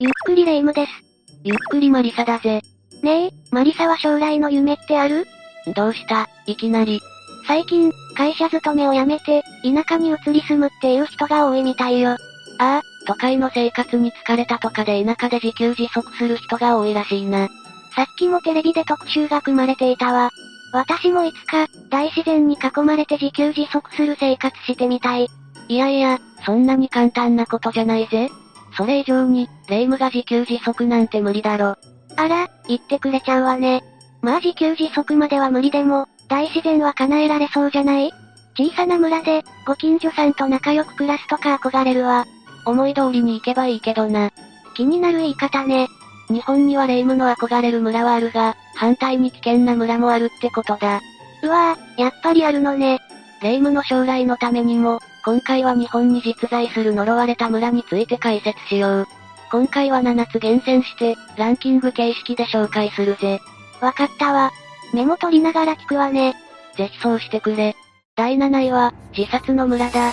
ゆっくりレ夢ムです。ゆっくりマリサだぜ。ねえ、マリサは将来の夢ってあるどうしたいきなり。最近、会社勤めを辞めて、田舎に移り住むっていう人が多いみたいよ。ああ、都会の生活に疲れたとかで田舎で自給自足する人が多いらしいな。さっきもテレビで特集が組まれていたわ。私もいつか、大自然に囲まれて自給自足する生活してみたい。いやいや、そんなに簡単なことじゃないぜ。それ以上に、霊夢が自給自足なんて無理だろ。あら、言ってくれちゃうわね。まあ自給自足までは無理でも、大自然は叶えられそうじゃない小さな村で、ご近所さんと仲良く暮らすとか憧れるわ。思い通りに行けばいいけどな。気になる言い方ね。日本には霊夢の憧れる村はあるが、反対に危険な村もあるってことだ。うわぁ、やっぱりあるのね。霊夢の将来のためにも、今回は日本に実在する呪われた村について解説しよう。今回は7つ厳選して、ランキング形式で紹介するぜ。わかったわ。メモ取りながら聞くわね。ぜひそうしてくれ。第7位は、自殺の村だ。もう、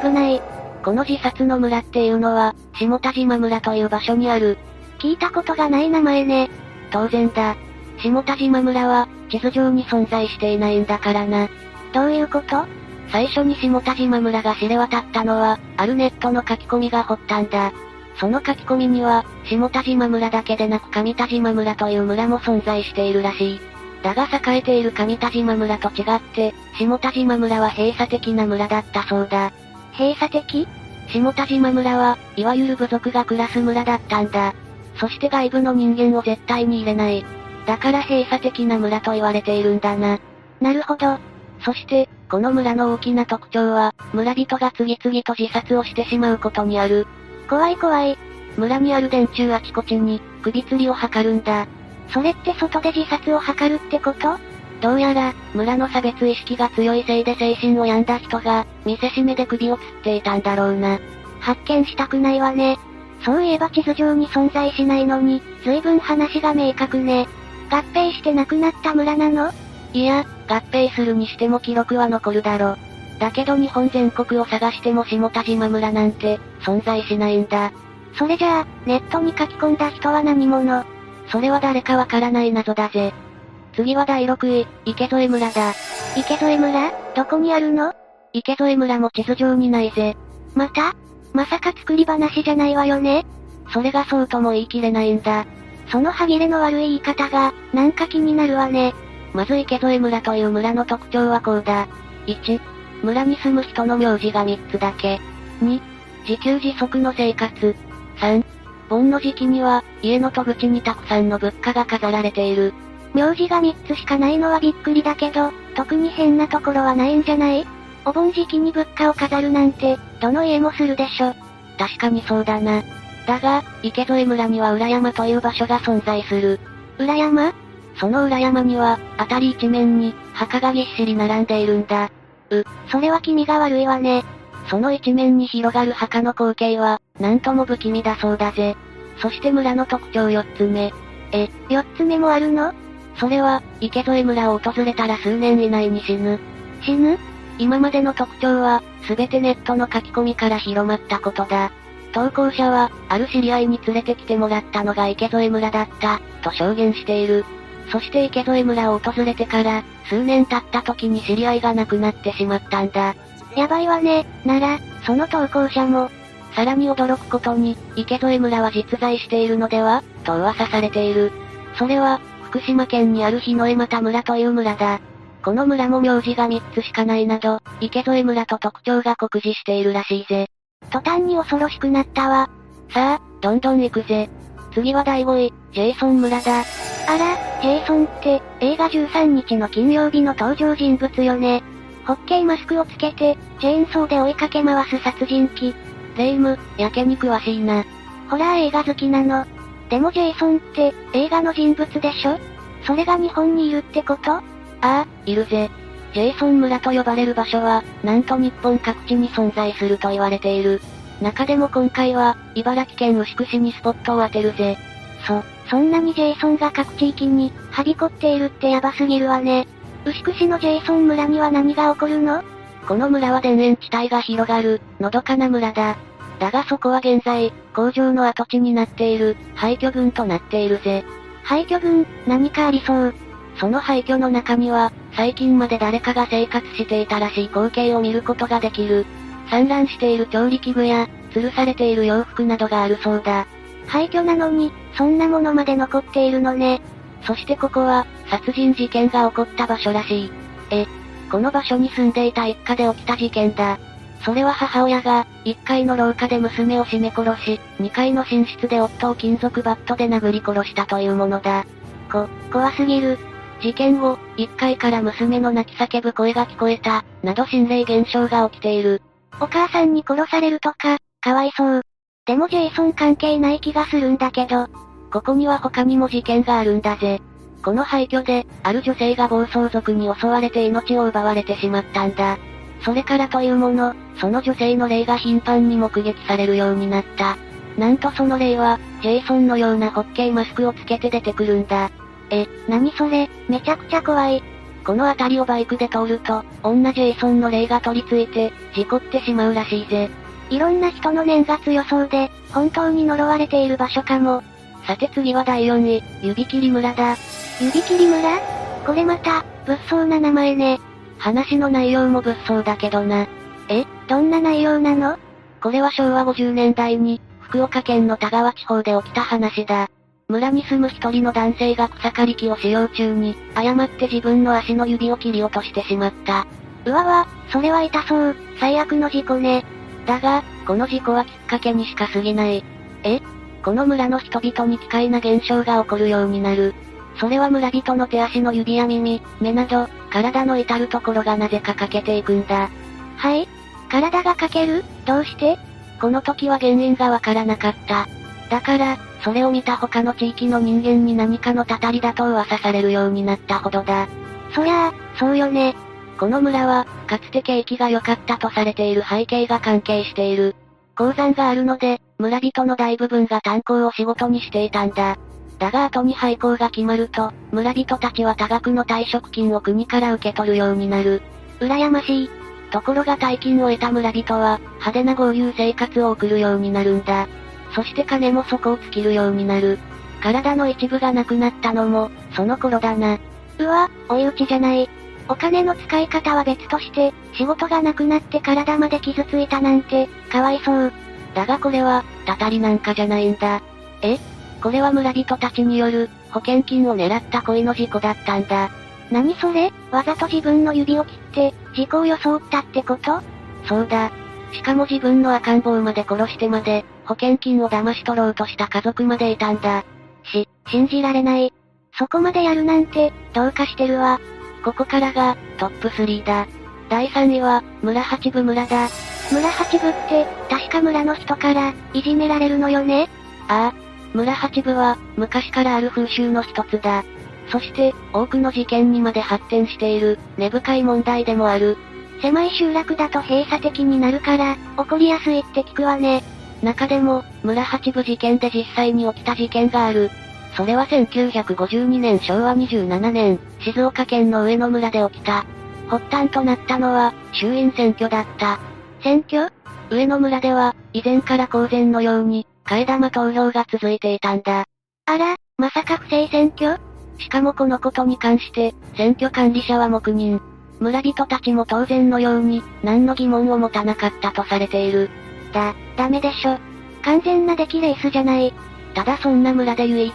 危ない。この自殺の村っていうのは、下田島村という場所にある。聞いたことがない名前ね。当然だ。下田島村は、地図上に存在していないんだからな。どういうこと最初に下田島村が知れ渡ったのは、あるネットの書き込みが発端だ。その書き込みには、下田島村だけでなく上田島村という村も存在しているらしい。だが栄えている上田島村と違って、下田島村は閉鎖的な村だったそうだ。閉鎖的下田島村は、いわゆる部族が暮らす村だったんだ。そして外部の人間を絶対に入れない。だから閉鎖的な村と言われているんだな。なるほど。そして、この村の大きな特徴は、村人が次々と自殺をしてしまうことにある。怖い怖い。村にある電柱あちこちに、首吊りを図るんだ。それって外で自殺を図るってことどうやら、村の差別意識が強いせいで精神を病んだ人が、見せしめで首を吊っていたんだろうな。発見したくないわね。そういえば地図上に存在しないのに、随分話が明確ね。合併して亡くなった村なのいや、合併するにしても記録は残るだろ。だけど日本全国を探しても下田島村なんて、存在しないんだ。それじゃあ、ネットに書き込んだ人は何者それは誰かわからない謎だぜ。次は第6位、池添村だ。池添村どこにあるの池添村も地図上にないぜ。またまさか作り話じゃないわよねそれがそうとも言い切れないんだ。その歯切れの悪い言い方が、なんか気になるわね。まず池添村という村の特徴はこうだ。1、村に住む人の名字が3つだけ。2、自給自足の生活。3、盆の時期には、家の戸口にたくさんの物価が飾られている。名字が3つしかないのはびっくりだけど、特に変なところはないんじゃないお盆時期に物価を飾るなんて、どの家もするでしょ。確かにそうだな。だが、池添村には裏山という場所が存在する。裏山その裏山には、辺り一面に、墓がぎっしり並んでいるんだ。う、それは気味が悪いわね。その一面に広がる墓の光景は、なんとも不気味だそうだぜ。そして村の特徴四つ目。え、四つ目もあるのそれは、池添村を訪れたら数年以内に死ぬ。死ぬ今までの特徴は、すべてネットの書き込みから広まったことだ。投稿者は、ある知り合いに連れてきてもらったのが池添村だった、と証言している。そして池添村を訪れてから、数年経った時に知り合いが亡くなってしまったんだ。やばいわね。なら、その投稿者も。さらに驚くことに、池添村は実在しているのではと噂されている。それは、福島県にある日の江又村という村だ。この村も名字が3つしかないなど、池添村と特徴が酷似しているらしいぜ。途端に恐ろしくなったわ。さあ、どんどん行くぜ。次は第5位、ジェイソン村だ。あら、ジェイソンって、映画13日の金曜日の登場人物よね。ホッケーマスクをつけて、チェーンソーで追いかけ回す殺人鬼。レイム、やけに詳しいな。ホラー映画好きなの。でもジェイソンって、映画の人物でしょそれが日本にいるってことああ、いるぜ。ジェイソン村と呼ばれる場所は、なんと日本各地に存在すると言われている。中でも今回は、茨城県牛久市にスポットを当てるぜ。そ、そんなにジェイソンが各地域に、はびこっているってヤバすぎるわね。牛久市のジェイソン村には何が起こるのこの村は田園地帯が広がる、のどかな村だ。だがそこは現在、工場の跡地になっている、廃墟群となっているぜ。廃墟群、何かありそう。その廃墟の中には、最近まで誰かが生活していたらしい光景を見ることができる。散乱している調理器具や、吊るされている洋服などがあるそうだ。廃墟なのに、そんなものまで残っているのね。そしてここは、殺人事件が起こった場所らしい。え、この場所に住んでいた一家で起きた事件だ。それは母親が、1階の廊下で娘を絞め殺し、2階の寝室で夫を金属バットで殴り殺したというものだ。こ、怖すぎる。事件後、1階から娘の泣き叫ぶ声が聞こえた、など心霊現象が起きている。お母さんに殺されるとか、かわいそう。でもジェイソン関係ない気がするんだけど。ここには他にも事件があるんだぜ。この廃墟で、ある女性が暴走族に襲われて命を奪われてしまったんだ。それからというもの、その女性の霊が頻繁に目撃されるようになった。なんとその霊は、ジェイソンのようなホッケーマスクをつけて出てくるんだ。え、何それ、めちゃくちゃ怖い。この辺りをバイクで通ると、女ジェイソンの霊が取り付いて、事故ってしまうらしいぜ。いろんな人の念が強そうで、本当に呪われている場所かも。さて次は第4位、指切り村だ。指切り村これまた、物騒な名前ね。話の内容も物騒だけどな。え、どんな内容なのこれは昭和50年代に、福岡県の田川地方で起きた話だ。村に住む一人の男性が草刈り機を使用中に、誤って自分の足の指を切り落としてしまった。うわわ、それは痛そう、最悪の事故ね。だが、この事故はきっかけにしか過ぎない。えこの村の人々に奇怪な現象が起こるようになる。それは村人の手足の指や耳、目など、体の至るところがなぜか欠けていくんだ。はい体が欠けるどうしてこの時は原因がわからなかった。だから、それを見た他の地域の人間に何かのたたりだと噂されるようになったほどだ。そりゃあ、そうよね。この村は、かつて景気が良かったとされている背景が関係している。鉱山があるので、村人の大部分が炭鉱を仕事にしていたんだ。だが後に廃校が決まると、村人たちは多額の退職金を国から受け取るようになる。羨ましい。ところが大金を得た村人は、派手な豪遊生活を送るようになるんだ。そして金も底を尽きるようになる。体の一部がなくなったのも、その頃だな。うわ、追い打ちじゃない。お金の使い方は別として、仕事がなくなって体まで傷ついたなんて、かわいそう。だがこれは、たたりなんかじゃないんだ。えこれは村人たちによる、保険金を狙った恋の事故だったんだ。何それわざと自分の指を切って、事故を装ったってことそうだ。しかも自分の赤ん坊まで殺してまで、保険金を騙し取ろうとした家族までいたんだ。し、信じられない。そこまでやるなんて、どうかしてるわ。ここからが、トップ3だ。第3位は、村八部村だ。村八部って、確か村の人から、いじめられるのよねああ、村八部は、昔からある風習の一つだ。そして、多くの事件にまで発展している、根深い問題でもある。狭い集落だと閉鎖的になるから、起こりやすいって聞くわね。中でも、村八部事件で実際に起きた事件がある。それは1952年昭和27年、静岡県の上野村で起きた。発端となったのは、衆院選挙だった。選挙上野村では、以前から公然のように、替え玉投票が続いていたんだ。あら、まさか不正選挙しかもこのことに関して、選挙管理者は黙認。村人たちも当然のように、何の疑問を持たなかったとされている。だ、ダメでしょ。完全な出来レースじゃない。ただそんな村で唯一、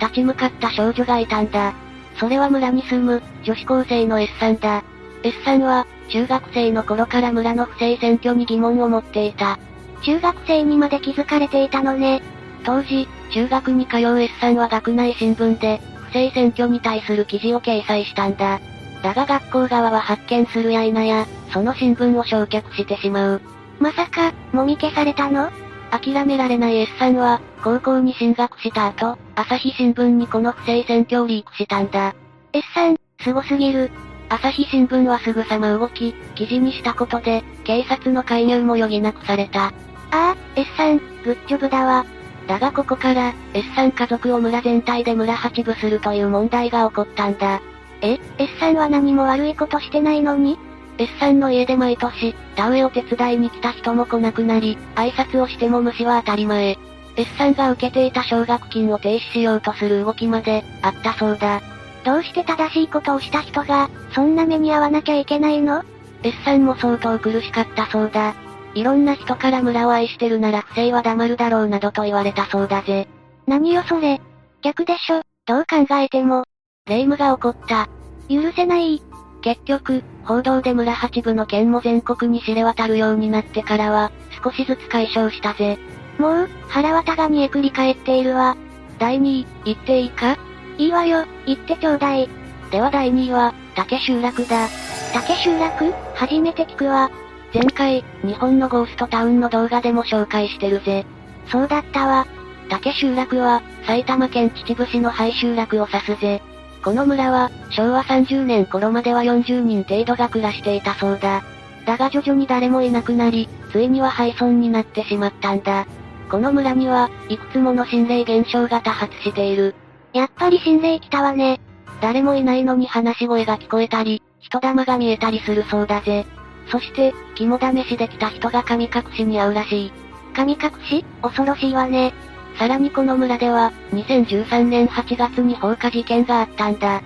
立ち向かった少女がいたんだ。それは村に住む、女子高生の S さんだ。S さんは、中学生の頃から村の不正選挙に疑問を持っていた。中学生にまで気づかれていたのね。当時、中学に通う S さんは学内新聞で、不正選挙に対する記事を掲載したんだ。だが学校側は発見するや否や、その新聞を焼却してしまう。まさか、もみ消されたの諦められない S さんは、高校に進学した後、朝日新聞にこの不正選挙をリークしたんだ。 S さん、凄すすぎる。朝日新聞はすぐさま動き、記事にしたことで、警察の介入も余儀なくされた。ああ、S さん、グッジョブだわ。だがここから、S さん家族を村全体で村八部するという問題が起こったんだ。え ?S さんは何も悪いことしてないのに S さんの家で毎年、田植えを手伝いに来た人も来なくなり、挨拶をしても無視は当たり前。 S さんが受けていた奨学金を停止しようとする動きまで、あったそうだ。どうして正しいことをした人が、そんな目に遭わなきゃいけないの S さんも相当苦しかったそうだ。いろんな人から村を愛してるなら不正は黙るだろうなどと言われたそうだぜ。何よそれ。逆でしょ。どう考えても。霊夢が起こった。許せない。結局、報道で村八部の件も全国に知れ渡るようになってからは、少しずつ解消したぜ。もう、腹渡が煮えくり返っているわ。第2位、言っていいかいいわよ、言ってちょうだい。では第2位は、竹集落だ。竹集落初めて聞くわ。前回、日本のゴーストタウンの動画でも紹介してるぜ。そうだったわ。竹集落は、埼玉県秩父市の廃集落を指すぜ。この村は、昭和30年頃までは40人程度が暮らしていたそうだ。だが徐々に誰もいなくなり、ついには廃村になってしまったんだ。この村には、いくつもの心霊現象が多発している。やっぱり心霊来たわね。誰もいないのに話し声が聞こえたり、人玉が見えたりするそうだぜ。そして、肝試しで来た人が神隠しに遭うらしい。神隠し恐ろしいわね。さらにこの村では、2013年8月に放火事件があったんだ。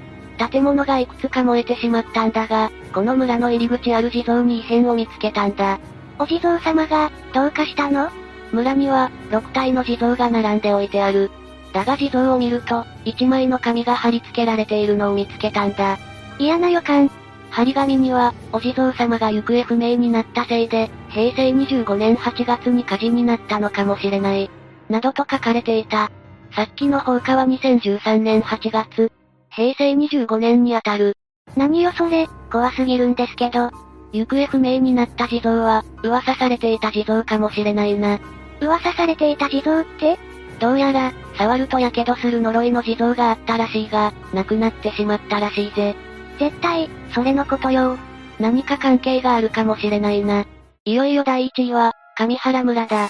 建物がいくつか燃えてしまったんだが、この村の入り口ある地蔵に異変を見つけたんだ。お地蔵様が、どうかしたの村には、6体の地蔵が並んで置いてある。だが地蔵を見ると、1枚の紙が貼り付けられているのを見つけたんだ。嫌な予感。張り紙には、お地蔵様が行方不明になったせいで、平成25年8月に火事になったのかもしれない。などと書かれていた。さっきの放火は2013年8月。平成25年にあたる。何よそれ、怖すぎるんですけど。行方不明になった地蔵は、噂されていた地蔵かもしれないな。噂されていた地蔵ってどうやら、触ると火傷する呪いの地蔵があったらしいが、なくなってしまったらしいぜ。絶対、それのことよ。何か関係があるかもしれないな。いよいよ第1位は、上原村だ。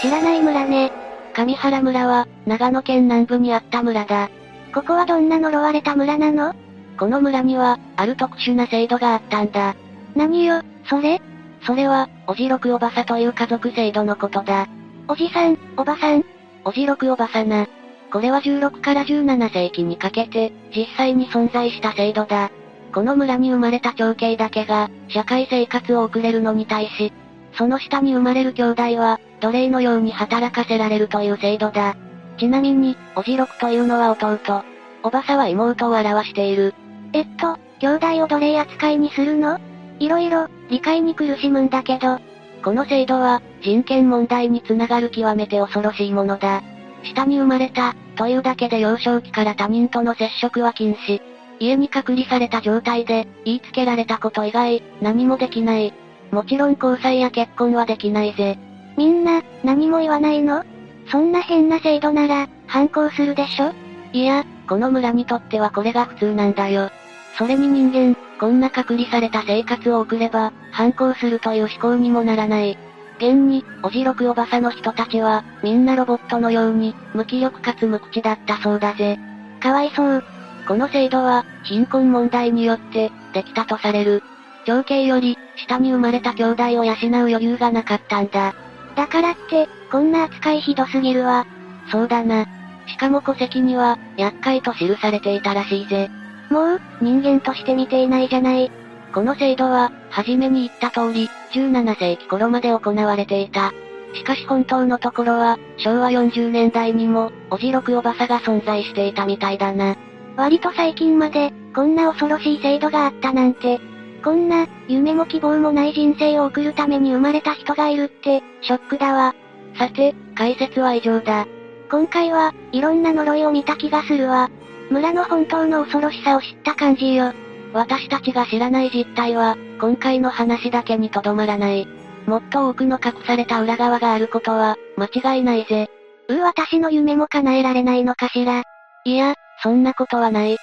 知らない村ね。上原村は、長野県南部にあった村だ。ここはどんな呪われた村なのこの村には、ある特殊な制度があったんだ。何よ、それそれは、おじろくおばさという家族制度のことだ。おじさん、おばさん、おじろくおばさな。これは16から17世紀にかけて、実際に存在した制度だ。この村に生まれた長兄だけが、社会生活を送れるのに対し、その下に生まれる兄弟は、奴隷のように働かせられるという制度だ。ちなみに、おじろくというのは弟。おばさは妹を表している。えっと、兄弟を奴隷扱いにするのいろいろ、理解に苦しむんだけど、この制度は、人権問題につながる極めて恐ろしいものだ。下に生まれた、というだけで幼少期から他人との接触は禁止。家に隔離された状態で、言いつけられたこと以外、何もできない。もちろん交際や結婚はできないぜ。みんな、何も言わないのそんな変な制度なら、反抗するでしょいや、この村にとってはこれが普通なんだよ。それに人間、こんな隔離された生活を送れば、反抗するという思考にもならない。現に、おじろくおばさの人たちは、みんなロボットのように、無気力かつ無口だったそうだぜ。かわいそう。この制度は、貧困問題によって、できたとされる。長兄より、下に生まれた兄弟を養う余裕がなかったんだ。だからって、こんな扱いひどすぎるわ。そうだな。しかも戸籍には、厄介と記されていたらしいぜ。もう、人間として見ていないじゃない。この制度は、初めに言った通り、17世紀頃まで行われていた。しかし本当のところは、昭和40年代にも、おじろくおばさが存在していたみたいだな。割と最近まで、こんな恐ろしい制度があったなんて。こんな、夢も希望もない人生を送るために生まれた人がいるって、ショックだわ。さて、解説は以上だ。今回は、いろんな呪いを見た気がするわ。村の本当の恐ろしさを知った感じよ。私たちが知らない実態は、今回の話だけにとどまらない。もっと多くの隠された裏側があることは、間違いないぜ。うー私の夢も叶えられないのかしら。いや、そんなことはない。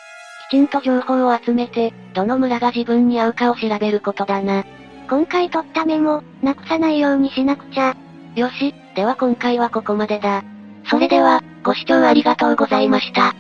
きちんと情報を集めて、どの村が自分に合うかを調べることだな。今回撮ったメモ、なくさないようにしなくちゃ。よし、では今回はここまでだ。それでは、ご視聴ありがとうございました。